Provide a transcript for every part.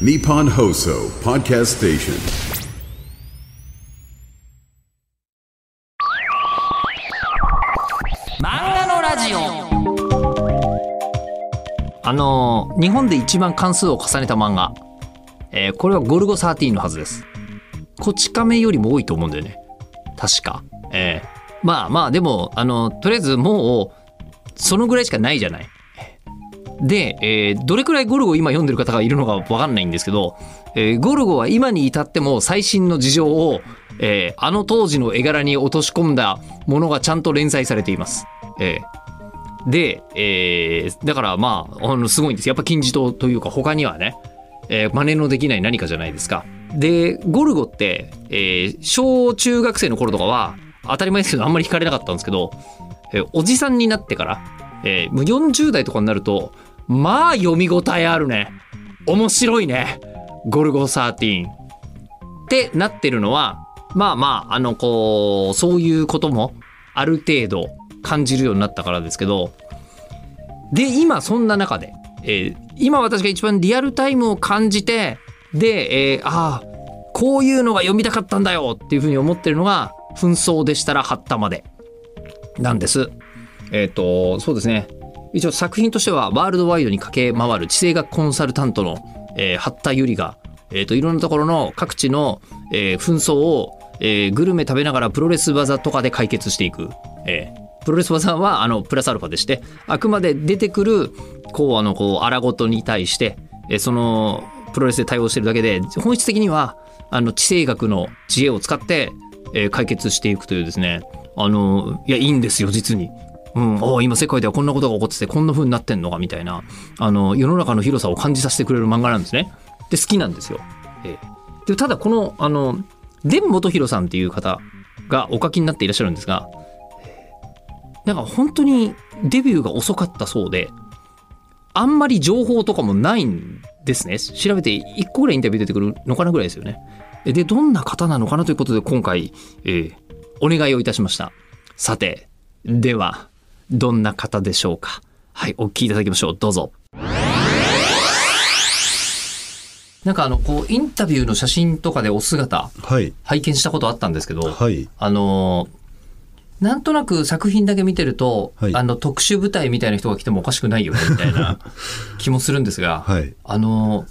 Nippon Hoso Podcast Station. 漫画のラジオあのー日本で一番関数を重ねた漫画、えーこれは「ゴルゴ13」のはずですこち亀よりも多いと思うんだよね確かええまあまあでもあのとりあえずもうそのぐらいしかないじゃないで、えーどれくらいゴルゴを今読んでる方がいるのかわかんないんですけど、えーゴルゴは今に至っても最新の事情を、えーあの当時の絵柄に落とし込んだものがちゃんと連載されています。えーで、えーだからまあ、あのすごいんです。やっぱ金字塔というか他にはね、えー真似のできない何かじゃないですか。で、ゴルゴって、えー小中学生の頃とかは当たり前ですけどあんまり惹かれなかったんですけど、えーおじさんになってから、えーもう40代とかになるとまあ読み応えあるね面白いね「ゴルゴ13」ってなってるのはまあまああのこうそういうこともある程度感じるようになったからですけどで今そんな中で、えー今私が一番リアルタイムを感じてで、えーああこういうのが読みたかったんだよっていうふうに思ってるのが「紛争でしたらはったまで」なんです。えっ、と、そうですね。一応作品としては、ワールドワイドに駆け回る地政学コンサルタントの、えー、八田由里が、えっ、と、いろんなところの各地の、えー紛争を、えーグルメ食べながらプロレス技とかで解決していく。えープロレス技は、あの、プラスアルファでして、あくまで出てくる、こう、あの、こう、荒ごとに対して、えーその、プロレスで対応してるだけで、本質的には、あの、地政学の知恵を使って、えー解決していくというですね、あの、いや、いいんですよ、実に。うん、おー今世界ではこんなことが起こっててこんな風になってんのかみたいなあの世の中の広さを感じさせてくれる漫画なんですね。で好きなんですよ。ええでただこのあの伝元弘さんっていう方がお書きになっていらっしゃるんですがなんか本当にデビューが遅かったそうであんまり情報とかもないんですね調べて1個ぐらいインタビュー出てくるのかなぐらいですよね。でどんな方なのかなということで今回、ええお願いをいたしました。さてではどんな方でしょうかはいお聞きいただきましょうどうぞなんかあのこうインタビューの写真とかでお姿はい。拝見したことあったんですけど、はい。あのーなんとなく作品だけ見てると、はいあの特殊部隊みたいな人が来てもおかしくないよねみたい な気もするんですが、はい。あのー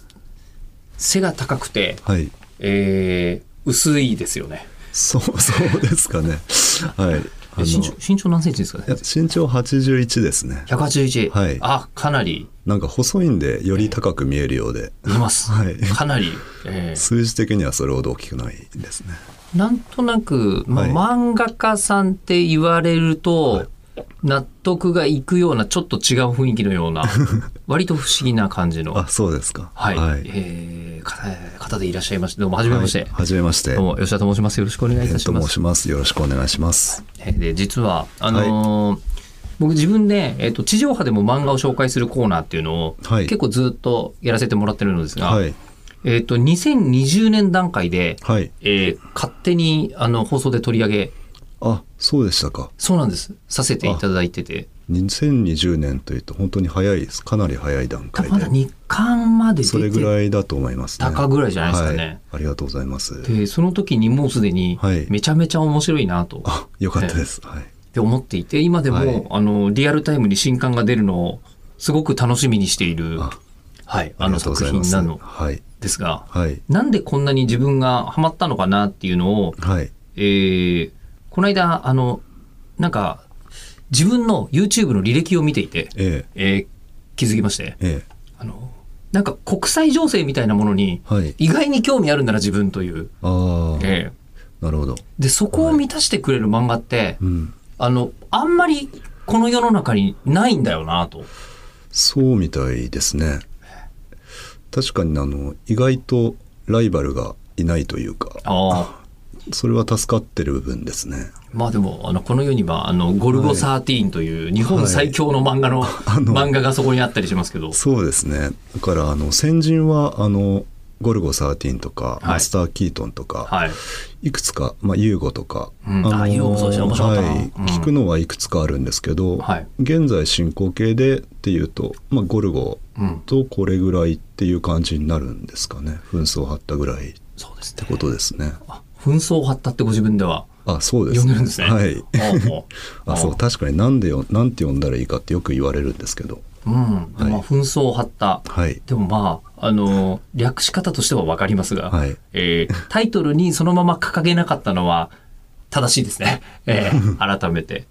背が高くて、はい。えー薄いですよねそう、そうですかね。はい。あえの、身い長身長何センチですかねや身長81ですね。 181、はいあかなりなんか細いんで、より高く見えるようで、います。はいかなり、えー数字的にはそれほど大きくないですね。なんとなく、まあはい漫画家さんって言われると、納得がいくような、ちょっと違う雰囲気のよ うな、割と不思議な感じの、あ、そうですか。はい、はい。えー方方でいらっしゃいまして、どうも、はじめまして。はいはじめまして。どうも、吉田と申します。よろしくお願いいえたっしとま申す。します。よろしくお願いします。えーで、実は、あのー僕自分で、えっ、と、地上波でも漫画を紹介するコーナーっていうのを、はい結構ずっとやらせてもらってるのですが、はい。えっ、と、2020年段階で、はい。えー勝手にあの放送で取り上げあ、そうでしたか。そうなんですさせていただいてて2020年というと本当に早いです。かなり早い段階まだで。 2巻までそれ出ぐてらいだと思いますね。高ぐらいじゃないですかねはい。ありがとうございます。てその時にもうすでにはいめちゃめちゃ面白いなと、あ、よかったです。はい。って思っていて今でも、はいあのリアルタイムに新刊が出るのをすごく楽しみにしているあはい、あありがのとうご作ざい品ますなのはい。ですがはい。なんでこんなに自分がハマったのかなっていうのをはい。えーこの間あのなんか自分の YouTube の履歴を見ていて、ええー気づきましてえ。ええ。あのなんか国際情勢みたいなものにはい。意外に興味あるんだな自分という、ああ、ええなるほど。でそこを満たしてくれる漫画って、うん。あのあんまりこの世の中にないんだよなとそうみたいですね。確かに、あの、意外とライバルがいないというか、ああそれは助かってる部分ですね。まあでもあのこの世にはあの「ゴルゴ13」という日本最強の漫画の,、の漫画がそこにあったりしますけどそうですね。だから、あの、先人は、あの、ゴルゴ13」とか、いマスター・キートン」とか、はい。い、くつか、まあ、ユーゴとか、うんあユーゴもそうですね面白かったなはいうん聞くのはいくつかあるんですけど、はい現在進行形でっていうと、まあ、ゴルゴうん。とこれぐらいっていう感じになるんですかね紛争を張ったぐらいってそうですね。ことですね。あ、紛争を張ったってご自分ではあそうです呼んでるんですね。はいあああそう確かになんでよなんて呼んだらいいかってよく言われるんですけどうん。でもまあ、紛争を張った。はいでもまあ、あのー略し方としてはわかりますが、はいえータイトルにそのまま掲げなかったのは正しいですね。え ー改めて。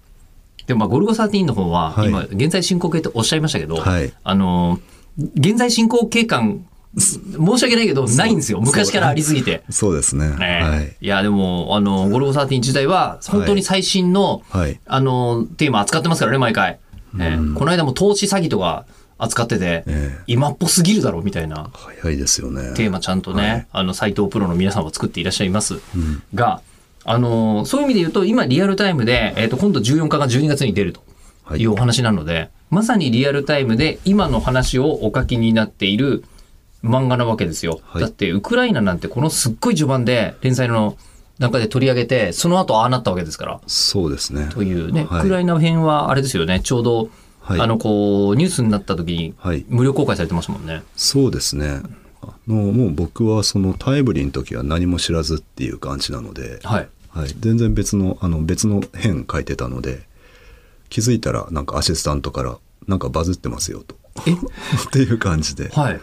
でもまあ、ゴルゴ13の方は、はい今、現在進行形とおっしゃいましたけど、はいあのー現在進行形感、す申し訳ないけど、ないんですよ。昔からありすぎて。そうですねねい、や、でも、あの、ゴルゴ13自体は、本当に最新の、はいはいあの、テーマ扱ってますからね、毎回。ねこの間も投資詐欺とか扱ってて、ええ今っぽすぎるだろ、みたいなはい早いですよねテーマちゃんとね、あの、斎藤プロの皆さんは作っていらっしゃいます。が、あの、そういう意味で言うと、今リアルタイムで、えっ、と、今度14日が12月に出ると。はいいうお話なので、まさにリアルタイムで今の話をお書きになっている漫画なわけですよ。はいだってウクライナなんてこのすっごい序盤で連載の中で取り上げて、その後ああなったわけですから。そうですねというね、はいウクライナ編はあれですよね、ちょうど、はいあの、こう、ニュースになった時にはい無料公開されてましたもんね。そうですねあのもう僕はそのタイムリーの時は何も知らずっていう感じなので、はい。はい、全然別のあの別の編書いてたので気づいたらなんかアシスタントから「なんかバズってますよ」と っていう感じではい。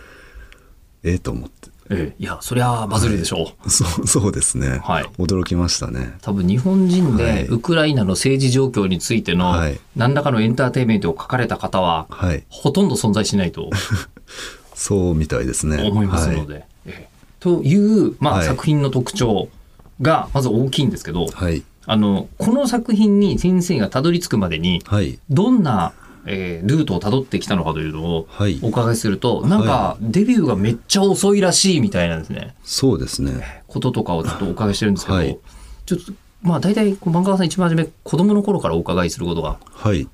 ええと思ってええ、いや、そりゃあバズるでしょう。そうそうですね、はい驚きましたね多分日本人はいでウクライナの政治状況についてのはい何らかのエンターテインメントを書かれた方ははいほとんど存在しないとそうみたいですね思いますのはいで。ええという、まあ、はい作品の特徴がまず大きいんですけど、はい、あのこの作品に先生がたどり着くまでにはいどんな、えールートをたどってきたのかというのをはいお伺いすると、なんかデビューがめっちゃ遅いらしいみたいなんですねそうですねこととかをちょっとお伺いしてるんですけど、はいちょっとまあ大体こう漫画家さん一番初め子供の頃からお伺いすることがはい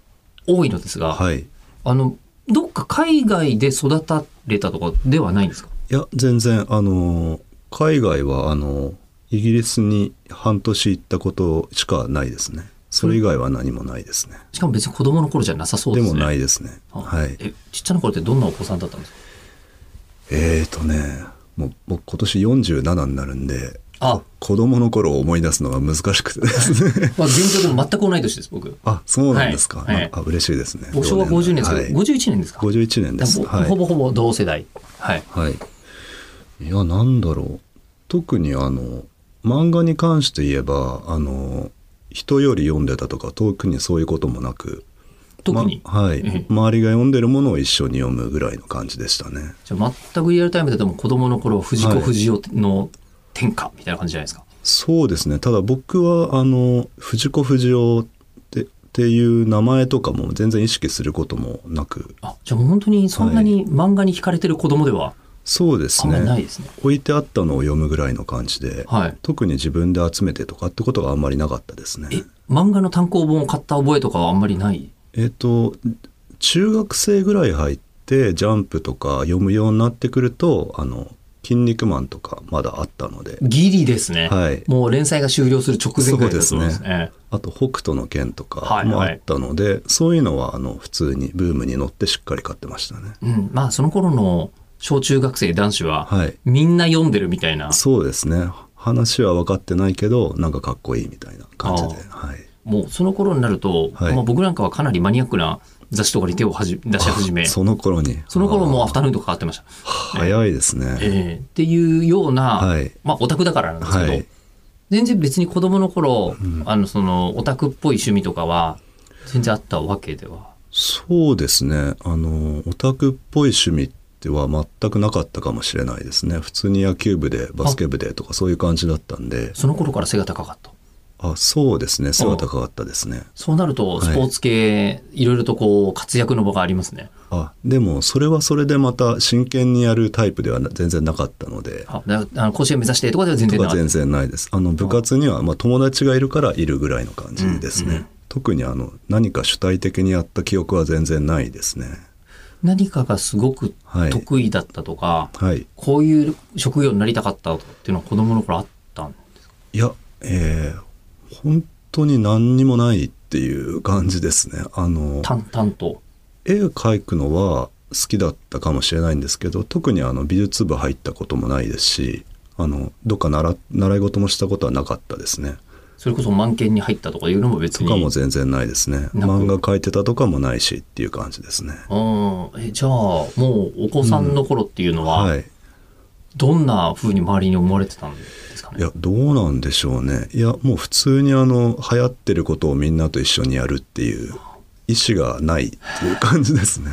多いのですが、はいいあのどっか海外で育たれたとかではないんですかや全然あの海外はあのイギリスに半年行ったことしかないですねそれ以外は何もないですねしかも別に子供の頃じゃなさそうでですねもないですねはいえちっちゃな頃ってどんなお子さんだったんですかえーとねもう僕今年47になるんであ、子供の頃を思い出すのが難しくてです ねまあ、現状でも全く同い年です僕あそうなんですか、はいはいああ嬉しいですね僕昭和50年ですけど、はい、 51年ですか51年ですだからはいほぼほぼ同世代はいはいいやなんだろう特にあの漫画に関して言えばあの人より読んでたとか特にそういうこともなく特に、まはいうん周りが読んでるものを一緒に読むぐらいの感じでしたねじゃあ全くリアルタイムででも子供の頃藤子はい不二雄の天下みたいな感じじゃないですか、そうですねただ僕はあの藤子不二雄ってっていう名前とかも全然意識することもなくあじゃあもう本当にそんなに漫画に惹かれてる子供ではそうですあんまねりないですね置いてあったのを読むぐらいの感じで、はい特に自分で集めてとかってことがあんまりなかったですねえ漫画の単行本を買った覚えとかはあんまりないえっ、と中学生ぐらい入ってジャンプとか読むようになってくると「あの筋肉マン」とかまだあったのでギリですね、はいもう連載が終了する直前ぐらいだと思いますそうですねええあと「北斗の拳」とはかいもはいあったので、そういうのはあの普通にブームに乗ってしっかり買ってましたね。うん、まあその頃の小中学生男子は、はいみんな読んでるみたいなそうですね話は分かってないけどなんかかっこいいみたいな感じで、はい、もうその頃になると、はいまあ、僕なんかはかなりマニアックな雑誌とかに手をはじ出し始めそその頃にの頃もうアフタヌーンとか買ってました、早いですね、ええっていうような、はいまあオタクだからなんですけど、はい全然別に子供の頃、あのそのオタクっぽい趣味とかは全然あったわけではそうですねあのオタクっぽい趣味では全くなかったかもしれないですね普通に野球部でバスケ部でとかそういう感じだったんでその頃から背が高かったあそうですね背が高かったですねそうなるとスポーツ系、い、ろいろとこう活躍の場がありますねあでもそれはそれでまた真剣にやるタイプではな全然なかったのであだあの甲子園目指してとかでは全然となかかった全然ないですあの部活にはまあ友達がいるからいるぐらいの感じですね、特にあの何か主体的にやった記憶は全然ないですね何かがすごくはい得意だったとか、はいこういう職業になりたかったとかっていうのは子供の頃あったんですかいやえー本当に何にもないっていう感じですねあの淡々と。絵を描くのは好きだったかもしれないんですけど特にあの美術部入ったこともないですしあのどっか習習い事もしたことはなかったですねそれこそ満研に入ったとかいうのも別とに。かも全然ないですねなく漫画描いてたとかもないしっていう感じですねうん。え、じゃあ、もうお子さんの頃っていうのはは、いどんな風に周りに思われてたんですかね。いやどうなんでしょうねいやもう普通にあの流行ってることをみんなと一緒にやるっていう意思がないっていう感じですね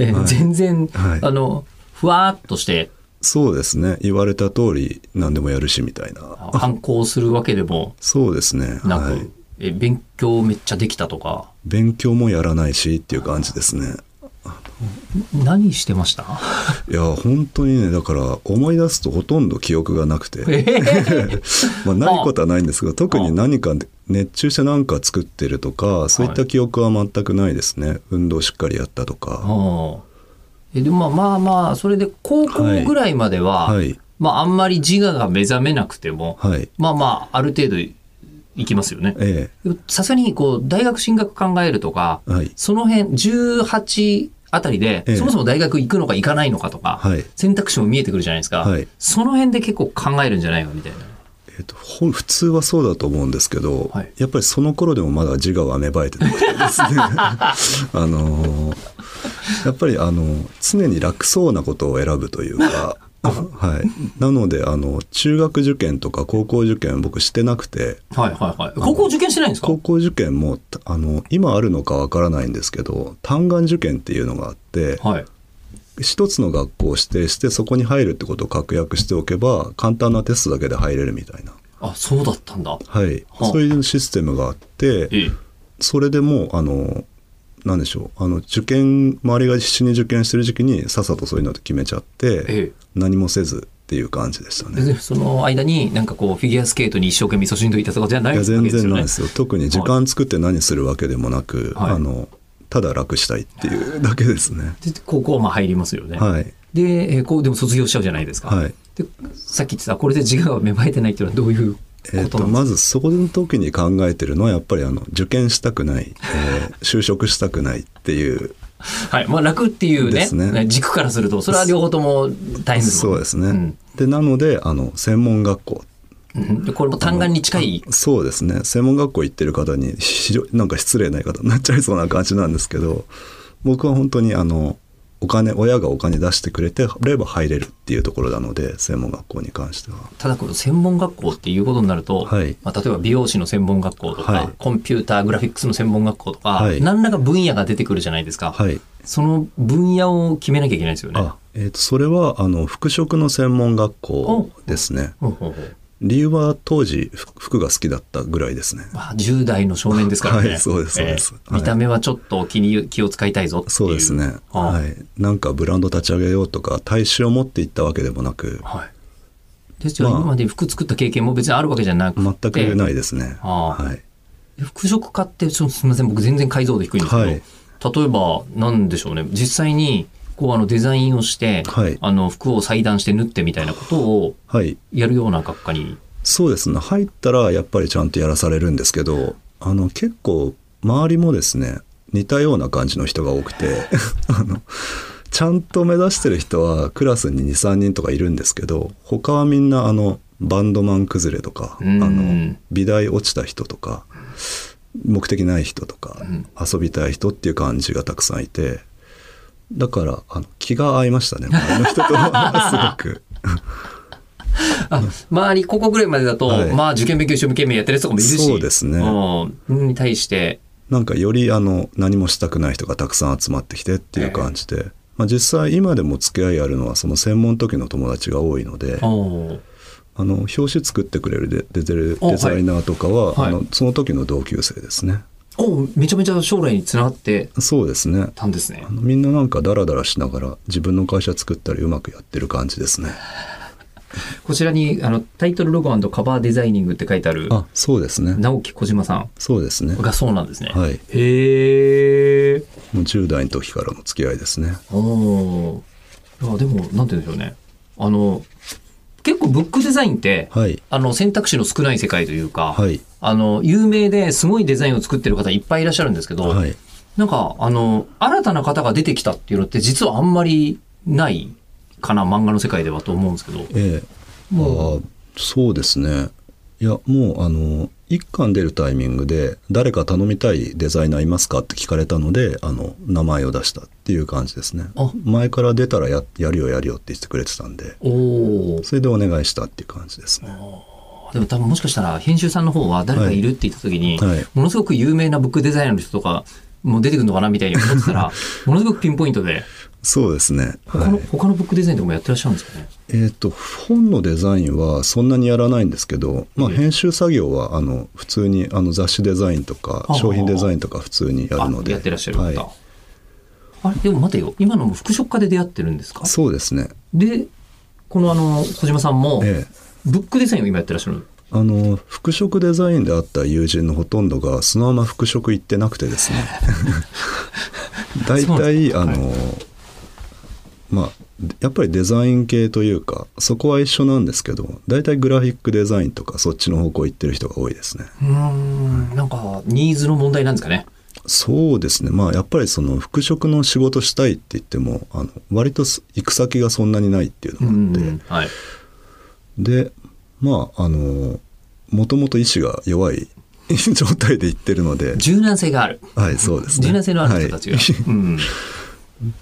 え全然、はいあの、ふわーっとして、そうですね言われた通り何でもやるしみたいあな反抗するわけでもそうですねなく、はい、え勉強めっちゃできたとか、勉強もやらないしっていう感じですね何してました いや本当にねだから思い出すとほとんど記憶がなくてえーまあ、ないことはないんですが特に何か熱中して何か作ってるとかそういった記憶は全くないですね、運動しっかりやったとかうんえでもまあまあまあそれで高校ぐらいまでは、はいまああんまり自我が目覚めなくても、はいまあまあある程度いきますよね。えでもさすがにこう大学進学考えるとか、えはいその辺18あたりで、ええそもそも大学行くのか行かないのかとか、はい選択肢も見えてくるじゃないですか、はいその辺で結構考えるんじゃないかみたいな。えっとほん普通はそうだと思うんですけど、はいやっぱりその頃でもまだ自我は芽生えてなくてです ねあのーやっぱりあの常に楽そうなことを選ぶというかはいなのであの中学受験とか高校受験僕してなくてはいはいはい。高校受験してないんですか高校受験もたあの今あるのかわからないんですけど単眼受験っていうのがあってはい。一つの学校を指定してそこに入るってことを確約しておけば簡単なテストだけで入れるみたいな、あ、そうだったんだ。はいはあそういうシステムがあってええ。それでもうあのなんでしょうあの受験周りが必死に受験してる時期にさっさとそういうのって決めちゃって、ええ何もせずっていう感じでしたね。別にその間になんかこうフィギュアスケートに一生懸命勤しんどいたとかじゃないいやわけですよ全ね。然ないですよ特に時間作って何するわけでもなく、はいあのただ楽したいっていうだけですね。で高 校はまあ入りますよね。はい。で、えーこうでも卒業しちゃうじゃないですか。はいでさっき言ってたこれで自我が芽生えてないっていうのはどういうこえっととなんですか、まずそこの時に考えてるのはやっぱりあの受験したくない、えー就職したくないって いうはいまあ、楽っていうでねすねね軸からするとそれは両方とも大変ですそもうんですね。んでなのであの専門学校うんでこれも単眼に近いそうですね専門学校行ってる方に非常なんか失礼な言い方になっちゃいそうな感じなんですけど僕は本当にあのお金親がお金出してくれてれば入れるっていうところなので専門学校に関しては。ただこの専門学校っていうことになると、はいまあ、例えば美容師の専門学校とか、はいコンピューターグラフィックスの専門学校とか、はい何らか分野が出てくるじゃないですか、はいその分野を決めなきゃいけないですよね。あえー、とそれはあの服飾の専門学校ですねほうほうほう理由は当時服服が好きだったぐらいですねまあ、10代の少年ですからね。はいそうですそうですええはい見た目はちょっと気に気を使いたいぞっていう。そうですねああはいなんかブランド立ち上げようとか大衆を持っていったわけでもなくはい。ですよ、まあ今まで服作った経験も別にあるわけじゃなく全て。くないですね、ああはい、服飾家って、すみません、僕全然解像度低いんですけはど、い例えば、なんでしょうね、実際に、こう、あの、デザインをして、はいあの、服を裁断して縫ってみたいなことをはい、やるような学科に、そうですね入ったらやっぱりちゃんとやらされるんですけどあの結構周りもですね似たような感じの人が多くて あのちゃんと目指してる人はクラスに23人とかいるんですけど他はみんなあのバンドマン崩れとかあうんの美大落ちた人とか目的ない人とか遊びたい人っていう感じがたくさんいてだからあの気が合いましたね周りの人とは すごく。あ、周り、ここぐらいまでだと、はいまあ、受験勉強一生懸命やってる人とかもいるし、そうですねうんに対して、なんかよりあの何もしたくない人がたくさん集まってきてっていう感じで、まあ、実際今でも付き合いあるのはその専門の時の友達が多いのでおーあの表紙作ってくれるデデザルおデザイナーとかは、はいあはのその時の同級生ですねおうめちゃめちゃ将来につながってそうですねたんですねあ。のみんななんかダラダラしながら自分の会社作ったりうまくやってる感じですねこちらにあのタイトルロゴカバーデザイニングって書いてあるあそうですね直木小島さんそうですねがそうなんですね。はいへえ。もう10代の時からの付き合いですねおお。いやでもなんて言うんでしょうね。あの結構ブックデザインって、はいあの選択肢の少ない世界というか、はいあの有名ですごいデザインを作ってる方いっぱいいらっしゃるんですけど、はいなんかあの新たな方が出てきたっていうのって実はあんまりないかな漫画の世界ではと思うんですけど。ええああそうですねいやもうあの一巻出るタイミングで誰か頼みたいデザイナーいますかって聞かれたのであの名前を出したっていう感じですねあ前から出たらややるよやるよって言ってくれてたんでおお。それでお願いしたっていう感じですねでも多分もしかしたら編集さんの方は誰かいるって言った時に、はいはいものすごく有名なブックデザイナーの人とかも出てくるのかなみたいに思ってた らものすごくピンポイントでそうですね他はの,、い他のブックデザインとかもやってらっしゃるんですかねえー、と本のデザインはそんなにやらないんですけど、まあ、ええ編集作業はあの普通にあの雑誌デザインとかあ商品デザインとか普通にやるのでやってらっしゃる方、はい、あれでも待てよ今のも服飾家で出会ってるんですかそうですねでこのあの小島さんもええブックデザインを今やってらっしゃるあの服飾デザインであった友人のほとんどがそのまま服飾行ってなくてです ね大そうなん体あの、まあやっぱりデザイン系というかそこは一緒なんですけど大体グラフィックデザインとかそっちの方向行ってる人が多いですねうーんなんかニーズの問題なんですかねそうですねまあやっぱりその服飾の仕事したいって言ってもあの割とす行く先がそんなにないっていううのんがあって、はいでまああのもともと意志が弱い 状態で行ってるので柔軟性があるはいそうですね柔軟性のある人たちが、はいうん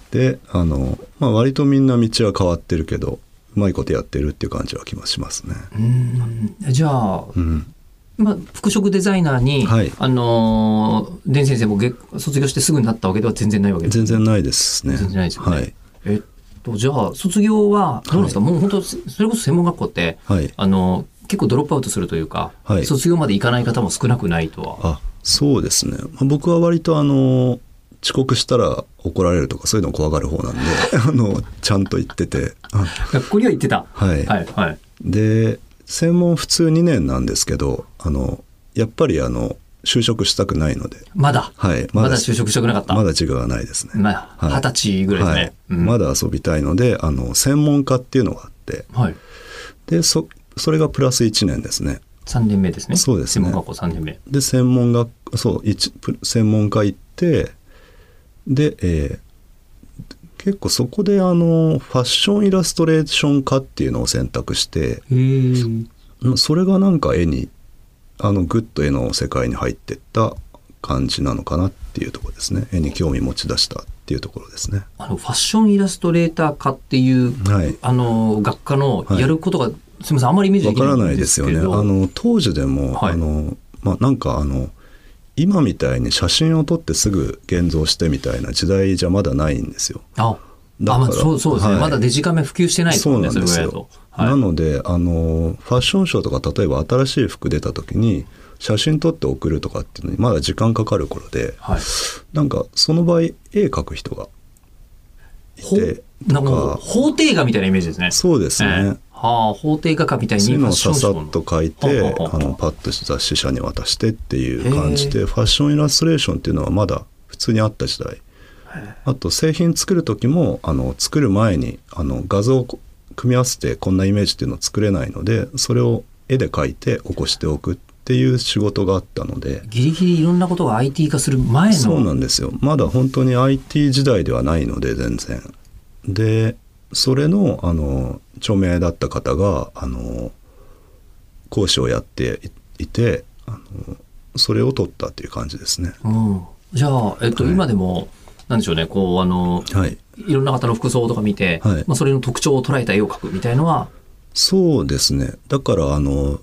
であの、まあ、割とみんな道は変わってるけどうまいことやってるっていう感じは気もしますねうんじゃあ、うんまあ、服飾デザイナーに、はいあのー、デン先生もげ卒業してすぐになったわけでは全然ないわけです全然ないですね全然ないですよね。はいえっと、じゃあ、卒業はどうなんですか、もう本当、それこそ専門学校って、はいあのー、結構ドロップアウトするというか、はい卒業まで行かない方も少なくないとは。あそうですね、まあ僕は割とあの遅刻したら怒られるとかそういうのを怖がる方 なんであのちゃんと言っててあ学校には行ってた。はいはい、はい。で専門普通2年なんですけどあのやっぱりあの就職したくないので、まだ、はい、まだ就職したくなかった。まだ授業はないですねまだはい二十歳ぐらいですね。はいまだ遊びたいのであの専門家っていうのがあってだ。はい。でそそれがプラス1年ですね3年目ですね。そうですね専門学校3年目。で専門学そう一プ専門家行ってで、えー結構そこであのファッションイラストレーション科っていうのを選択してへえ。うんそれがなんか絵にあのグッと絵の世界に入ってった感じなのかなっていうところですね絵に興味持ち出したっていうところですねあのファッションイラストレーター科っていう、はいあの学科のはいやることが、すみませんあんまりイメージわできかないらないんでですすよけね。あどの当時でも、はいあのまあなんかあの今みたいに写真を撮ってすぐ現像してみたいな時代じゃまだないんですよ。あだからあまあ、そうそうですね、はいまだデジカメ普及してないですそもうんなんねそれでぐすらいだよと、。はい、なのであのファッションショーとか例えば新しい服出た時に写真撮って送るとかっていうのにまだ時間かかる頃ではい、なんかその場合絵描く人がいほてなんかとか法廷画みたいなイメージですねそうですね。ええはあ法廷画家みたいにそういうのをファッシさョンシさョーっのと書いはてははあのパッと雑誌社に渡してっていう感じでファッションイラストレーションっていうのはまだ普通にあった時代あと製品作る時もあの作る前にあの画像を組み合わせてこんなイメージっていうのを作れないのでそれを絵で描いて起こしておくっていう仕事があったのでギリギリいろんなことが IT 化する前のそうなんですよまだ本当に IT 時代ではないので全然でそれのあの著名だった方があの講師をやっていいてあのそれを取ったっていう感じですねうん、じゃあ、えっとはい今でもなんでしょうねこうあのはいいろんな方の服装とか見て、はいまあ、それの特徴を捉えた絵を描くみたいのはそうですねだからあの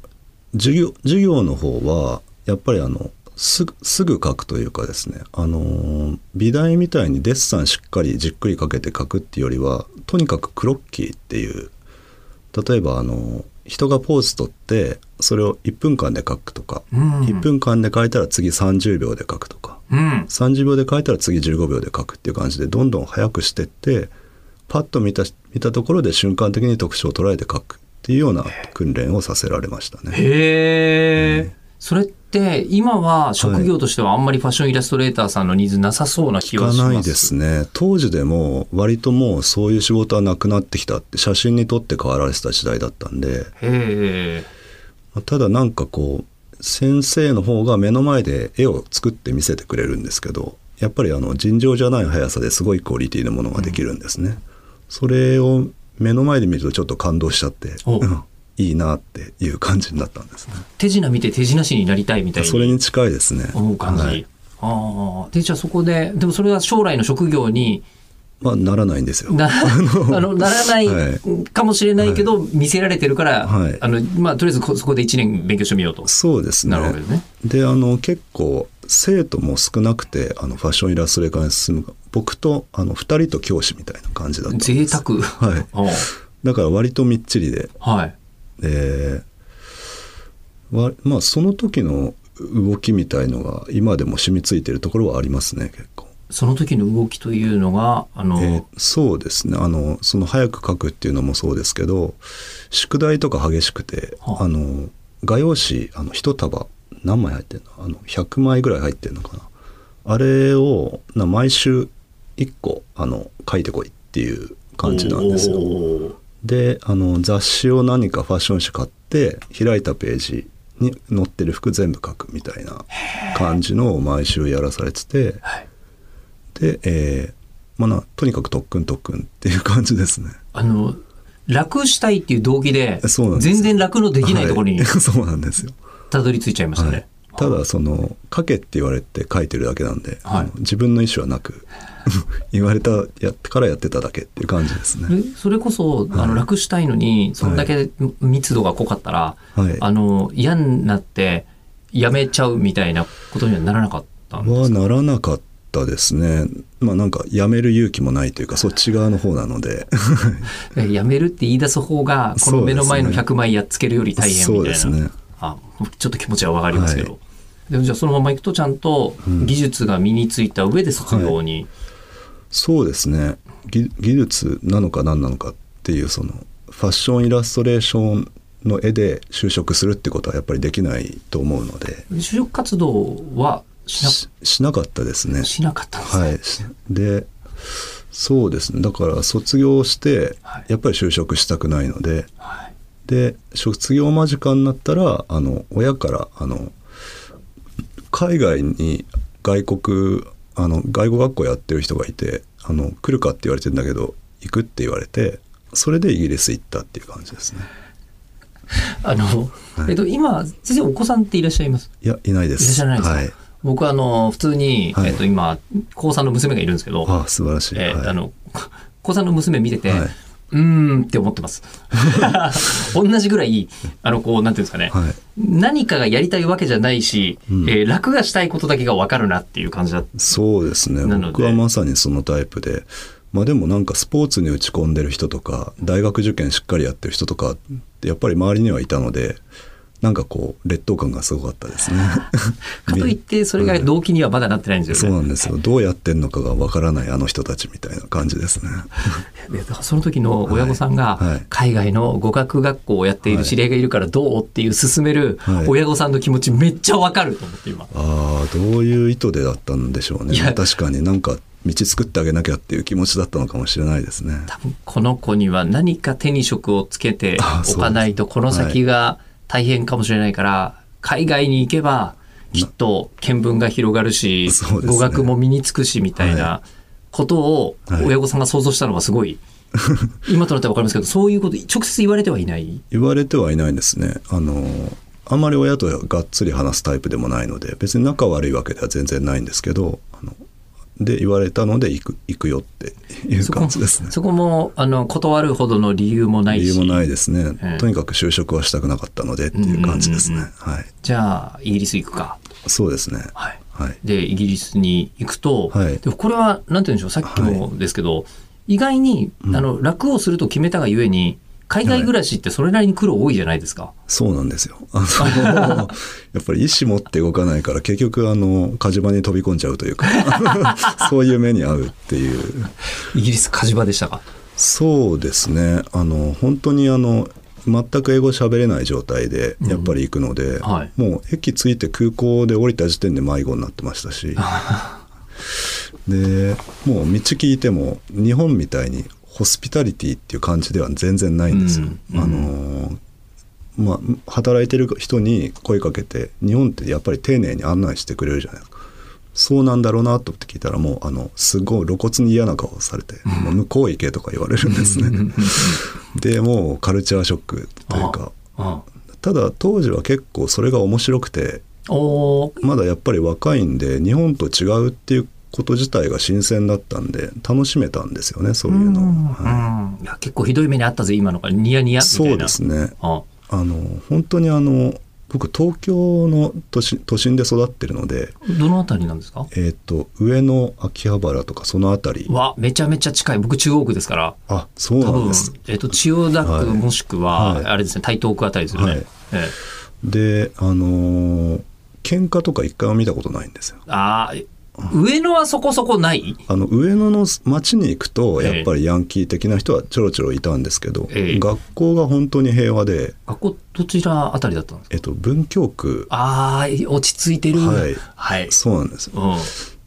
授業授業の方はやっぱりあのすぐすぐ書くというかですねあの美大みたいにデッサンしっかりじっくりかけて書くっていうよりはとにかくクロッキーっていう例えばあの人がポーズ取ってそれを1分間で書くとか、うん1分間で書いたら次30秒で書くとかうん30秒で書いたら次15秒で書くっていう感じでどんどん早くしてってパッと見た見たところで瞬間的に特徴を捉えて書くっっていうような訓練をさせられましたね。へえ。それって今は職業としてはあんまりファッションイラストレーターさんのニーズなさそうな気いがかします。ないですね当時でも割ともうそういう仕事はなくなってきたって写真に撮って変わられてた時代だったんでへえ。まあただなんかこう先生の方が目の前で絵を作って見せてくれるんですけどやっぱりあの尋常じゃない速さですごいクオリティのものができるんですね、それを目の前で見るとちょっと感動しちゃって、おうんいいなっていう感じになったんですね手品見て手品師になりたいみたいそれにに近いですね思う感じ。はいああ。で、じゃあそこで、でもそれは将来の職業にま あならないんですよなあのならないはかもしれないけど、見せられてるから、はいあのまあ、とりあえずこそこで1年勉強してみようと。そうですねなるほどね。であの結構生徒も少なくてあのファッションイラストレーターに進む僕とあの2人と教師みたいな感じだったんです贅沢。 はいおうだから割とみっちりではい。でわまあその時の動きみたいのが今でも染みついてるところはありますね結構、その時の動きというのが、あの、えーそうですねあのその早く書くっていうのもそうですけど宿題とか激しくて、はああの画用紙あの一束何枚入ってるのあの100枚ぐらい入ってるのかなあれをな毎週1個あの書いてこいっていう感じなんですよ。よ。であの雑誌を何かファッション誌買って開いたページに載ってる服全部書くみたいな感じのを毎週やらされててはいで、えーまあなとにかく特訓特訓っていう感じですね。あの、楽したいっていう動機で、そうなんです全然楽のできないところにはい そうなんですよ。たどり着いちゃいましたはねい。、ただその書けって言われて書いてるだけなんで、はいあの自分の意思はなく 言われたやってからやってただけっていう感じですね。でそれこそ、あの、楽したいのに、そんだけ密度が濃かったら、はいあの、嫌になって、やめちゃうみたいなことにはならなかったんですかはならなかったですね。まあなんかやめる勇気もないというかそっち側の方なのでえやめるって言い出す方がこの目の前の100枚やっつけるより大変みたいなそうですねあちょっと気持ちは分かりますけど、はでもじゃあそのままいくとちゃんと技術が身についた上で卒業に、そうですね技技術なのか何なのかっていうそのファッションイラストレーションの絵で就職するってことはやっぱりできないと思うので就職活動はしししなかったですねな。しなかったんですね、はい、でそうですねだから卒業してはいやっぱり就職したくないので、はいで卒業間近になったらあの親からあの海外に外国あの外語学校やってる人がいてあの来るかって言われてんだけど行くって言われてそれでイギリス行ったっていう感じですねあの、えっと、今先生お子さんっていらっしゃいますいやいないでいらっすしゃらないですか、はい、僕はあの普通に、はいえっと、今高3の娘がいるんですけど、ああ素晴らしい、えーはいあの高3の娘見てて、はいうーんって思ってます 同じぐらいあのこうなんていうんですかね、はい何かがやりたいわけじゃないし、えー楽がしたいことだけが分かるなっていう感じだったそうですねなので僕はまさにそのタイプでまあでもなんかスポーツに打ち込んでる人とか大学受験しっかりやってる人とかってやっぱり周りにはいたのでなんかこう劣等感がすごかった ですね。かといってそれが動機にはまだなってないんですそうよね。なんですよどうやってんのかがわからないあの人たちみたいな感じですね。でだからその時の親御さんがはいはい海外の語学学校をやっている知り合いがいるからどうっていう勧めるはい親御さんの気持ちめっちゃ分かると思って今。ああどういう意図でだったんでしょうねいや確かになんか道作ってあげなきゃっていう気持ちだったのかもしれないですね。多分この子には何か手に職をつけてあそうですおかないとこの先が大変かもしれないから、海外に行けばきっと見聞が広がるし、そうですね語学も身につくしみたいなことをはい親御さんが想像したのがす ごい、今となっては分かりますけどそういうこと直接言われてはいない言われてはいないんですねあのあんまり親とがっつり話すタイプでもないので別に仲悪いわけでは全然ないんですけどあので言われたので行く行くよっていうそこも感じですねそこもあの断るほどの理由もない理し由もないですね、ええとにかく就職はしたくなかったのでっていう感じですね、はいじゃあイギリス行くか。そうですねはいはいでイギリスに行くと、はいでこれはなんて言うんでしょうさっきもですけど、意外に、あの楽をすると決めたがゆえに海外暮らしってそれなりに苦労多いじゃないですか。そうなんですよあのやっぱり意思持って動かないから結局あの火事場に飛び込んじゃうというか そういう目に遭うっていうイギリス火事場でしたか。そうですねあの本当にあの全く英語喋れない状態でやっぱり行くので、はいもう駅着いて空港で降りた時点で迷子になってました しでもう道聞いても日本みたいにホスピタリティっていう感じでは全然ないんですよ。うんあのーまあ、働いてる人に声かけて日本ってやっぱり丁寧に案内してくれるじゃないですかそうなんだろうなと思って聞いたらもうあのすごい露骨に嫌な顔をされて「もう向こう行け」とか言われるんですねでもうカルチャーショックというかうんただ当時は結構それが面白くておーまだやっぱり若いんで日本と違うっていうこと自体が新鮮だったんで楽しめたんですよねそういうのをはいうんいや結構ひどい目にあったぜ今のがニヤニヤみたいなそうですねああの本当にあの僕東京の都心都心で育ってるので、どのあたりなんですかえー、と上野秋葉原とかその辺りわめちゃめちゃ近い僕中央区ですからあそう多なん分です、えっと千代田区はいもしくは、はいあれですね台東区あたりですよね、はいええであのー喧嘩とか一回も見たことないんですよあー上野はそこそこないあの上野の町に行くとええやっぱりヤンキー的な人はちょろちょろいたんですけど、ええ学校が本当に平和で、学校どちらあたりだったんですかえっと、文京区あー落ち着いてるはいはい、そうなんですよ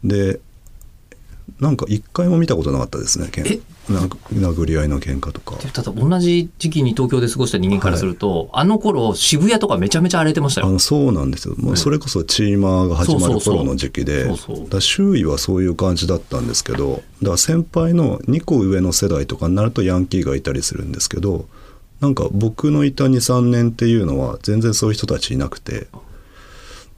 うん、でなんか一回も見たことなかったですねけんえなんか殴り合いの喧嘩とかでただ同じ時期に東京で過ごした人間からすると、あの頃渋谷とかめちゃめちゃ荒れてましたあよのそうなんですよ、もうそれこそチーマーが始まそるうそうそう頃の時期で、そだうそうから周囲はそういう感じだったんですけど、だから先輩の2個上の世代とかになるとヤンキーがいたりするんですけど、なんか僕のいた2、3年っていうのは、全然そういう人たちいなくて、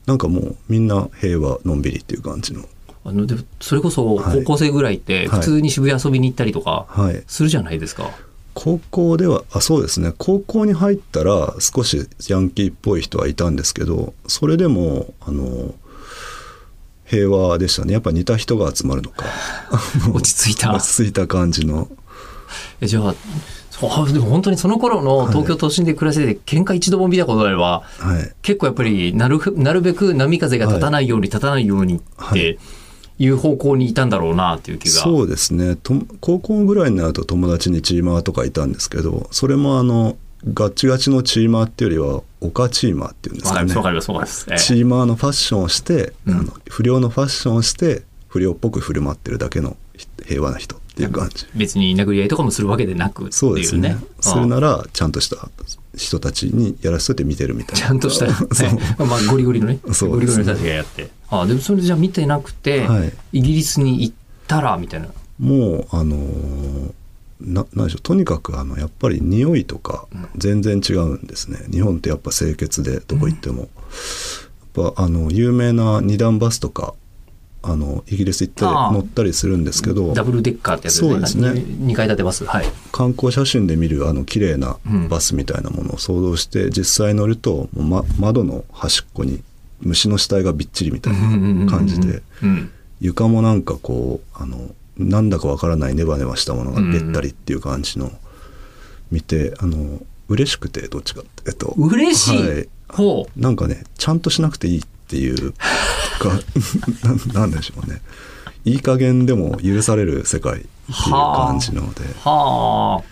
なんかもうみんな平和、のんびりっていう感じの、あのでそれこそはい高校生ぐらいってはい普通に渋谷遊びに行ったりとかはい、するじゃないですか、 高校ではあそうですね高校に入ったら少しヤンキーっぽい人はいたんですけどそれでもあの平和でしたねやっぱ似た人が集まるの か落ち着いた落ち着いた感じのえじゃあそうあでも本当にその頃の東京都心で暮らしてて喧嘩一度も見たことないわはい結構やっぱりなるふなるべく波風が立たないように立たないようにっはていいう方向にいたんだろうなっていう気が、そうですねと高校ぐらいになると友達にチーマーとかいたんですけどそれもあのガチガチのチーマーっていうよりはオカチーマーっていうんですわかかりまねすわかりますわかります、ええチーマーのファッションをして、うんあの不良のファッションをして不良っぽく振る舞ってるだけの平和な人っていう感じ、別に殴り合いとかもするわけでなくっていうねそうですねそれあならちゃんとした人たちにやらせて見てるみたいなちゃんとし た、そうね、まあゴリゴリのね、そうゴリでゴすリのね人たちがやってあでもそれじゃ見てなくて、はいイギリスに行ったらみたいなもうあのーななんでしょうとにかくあのやっぱり匂いとか全然違うんですね、日本ってやっぱ清潔でどこ行っても、やっぱあの有名な二段バスとかあのイギリス行ったりああ乗ったりするんですけどダブルデッカーってやつそうですね2階建てバスはい観光写真で見るあの綺麗なバスみたいなものを想像して、実際乗るともう、ま、窓の端っこに虫の死体がびっちりみたいな感じでうん床もなんかこうあのなんだかわからないネバネバしたものがべったりっていう感じの見てあの嬉しくてどっちかってえっと嬉しい、はいほうなんかねちゃんとしなくていいって いうかななんでしょうねいい加減でも許される世界っていう感じなので。はあ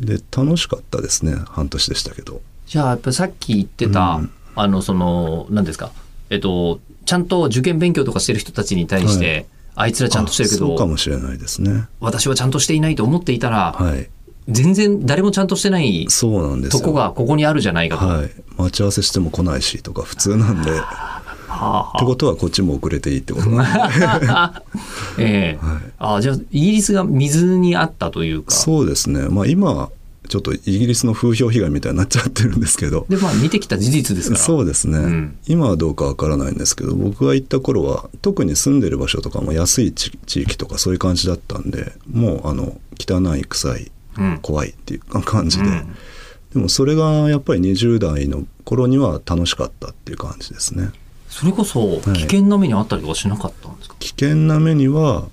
で楽しかったですね半年でしたけどじゃあやっぱさっき言ってた、うんあのその何ですかえっとちゃんと受験勉強とかしてる人たちに対して、あいつらちゃんとしてるけあそうかどもしれないですね私はちゃんとしていないと思っていたら、はい全然誰もちゃんとしてないそうなんですとよこがここにあるじゃないかと、はい待ち合わせしても来ないしとか普通なんでっはてことはこっちも遅れていいってことなん であ、ええあじゃあイギリスが水にあったというかそうですねまあ今ちょっとイギリスの風評被害みたいになっちゃってるんですけどでまあ見てきた事実ですからそうですね、ん今はどうかわからないんですけど僕が行った頃は特に住んでる場所とかも安い地地域とかそういう感じだったんでもうあの汚い臭いうん怖いっていう感じで、でもそれがやっぱり20代の頃には楽しかったっていう感じですねそれこそい危険な目にあったりとかしなかったんですか、危険な目には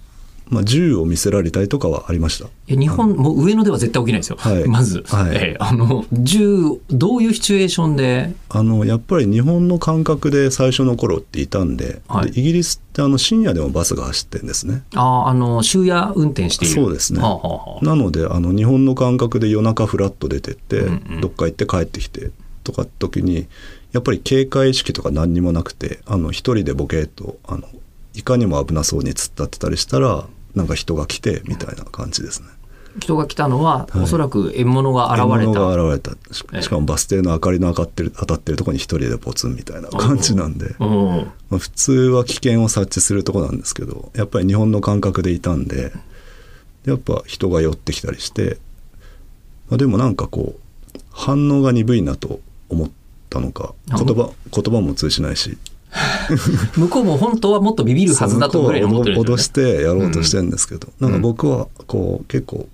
まあ、銃を見せられたりとかはありました。いや日本、もう上野では絶対起きないですよ、はいまず、はいええあの銃、どういうシチュエーションで、あのやっぱり日本の感覚で最初の頃っていたんで,、はいでイギリスってあの深夜でもバスが走ってんですね。ああの終夜運転している、そうですねはあはあはあなのであの日本の感覚で夜中フラッと出てって、うんうんどっか行って帰ってきてとか時にやっぱり警戒意識とか何にもなくてあの一人でボケーっとあのいかにも危なそうに突っ立ってたりしたらなんか人が来てみたいな感じですね。人が来たのは、はいおそらく獲物が現れ獲た、物が現れたしええしかもバス停の明かりの当たってる当たってるところに一人でポツンみたいな感じなんで。うん、まあ、普通は危険を察知するとこなんですけどやっぱり日本の感覚でいたんでやっぱ人が寄ってきたりして、まあ、でもなんかこう反応が鈍いなと思ったのか言あ葉言葉も通じないし向こうも本当はもっとビビるはずだとぐらいに思ってるん脅でしすよねてやろうとしてるんですけど、なんか僕はこう結構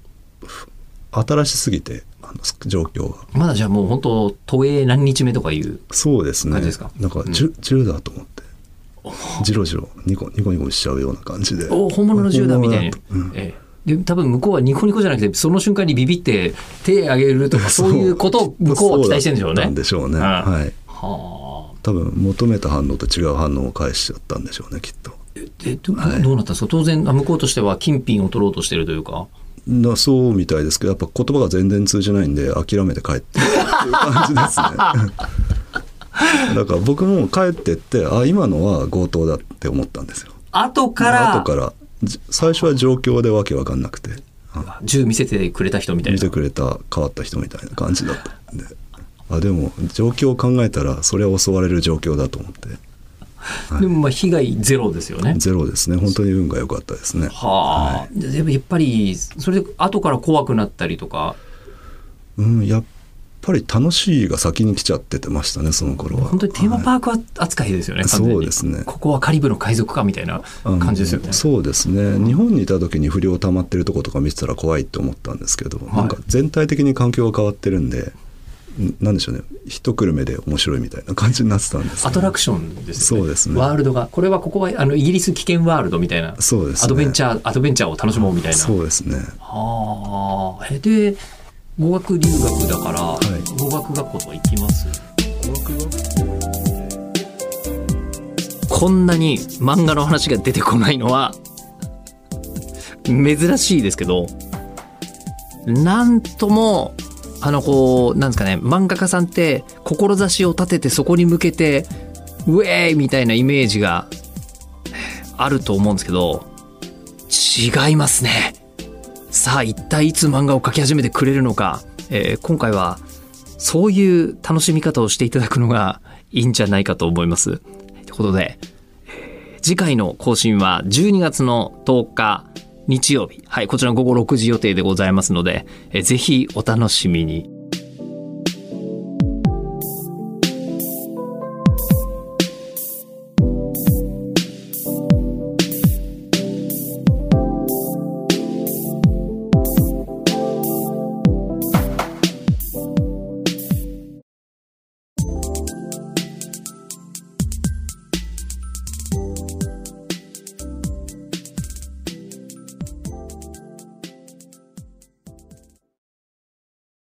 ふ新しすぎてあの状況がまだじゃあもう本当、都営何日目とかいう、そうですね感じですかなんかうん銃銃だと思ってジロジロニコニコニコしちゃうような感じでお本物の銃だみたいな本物だとうん。ええで多分向こうはニコニコじゃなくてその瞬間にビビって手上げるとか そういうことを向こうは期待してるんでしょうそうだったねん。でしょうね。ああはい。はあ多分求めた反応と違う反応を返しちゃったんでしょうね、きっと。でどどうなったんですか当然あ向こうとしては金品を取ろうとしてるというかなそうみたいですけど、やっぱ言葉が全然通じないんで、諦めて帰ってっていう感じですね。 だから僕も帰ってって、あ、今のは強盗だって思ったんですよ。後から後から、じ最初は状況でわけわかんなくて、銃見せてくれた人みたい見なてくれた変わった人みたいな感じだったんで。あでも状況を考えたらそれは襲われる状況だと思ってでもまあ被害ゼロですよね。ゼロですね本当に運が良かったですねはあ、でもやっぱりそれで後から怖くなったりとかうん、やっぱり楽しいが先に来ちゃっててましたねその頃は本当にテーマはいパークは扱いですよね、はい完全にそうですねここはカリブの海賊かみたいなあの感じですよね。そうですね、日本にいた時に不良溜まってるとことか見てたら怖いって思ったんですけど、いなんか全体的に環境が変わってるんでんなんでしょうね一くるめで面白いみたいな感じになってたんです、ね、アトラクションですよねそうですねワールドがこれはここはあのイギリス危険ワールドみたいなそうですねアドベンチャーアドベンチャーを楽しもうみたいなそうですねはあえで語学留学だから、い語学学校とか行きますこんなに漫画の話が出てこないのは珍しいですけどなんともあのこうなんですかね漫画家さんって志を立ててそこに向けてウェーイみたいなイメージがあると思うんですけど違いますね。さあ一体いつ漫画を描き始めてくれるのか、えー今回はそういう楽しみ方をしていただくのがいいんじゃないかと思います。ということで、えー次回の更新は12月の10日日曜日。はい、こちら午後6時予定でございますので、えーぜひお楽しみに。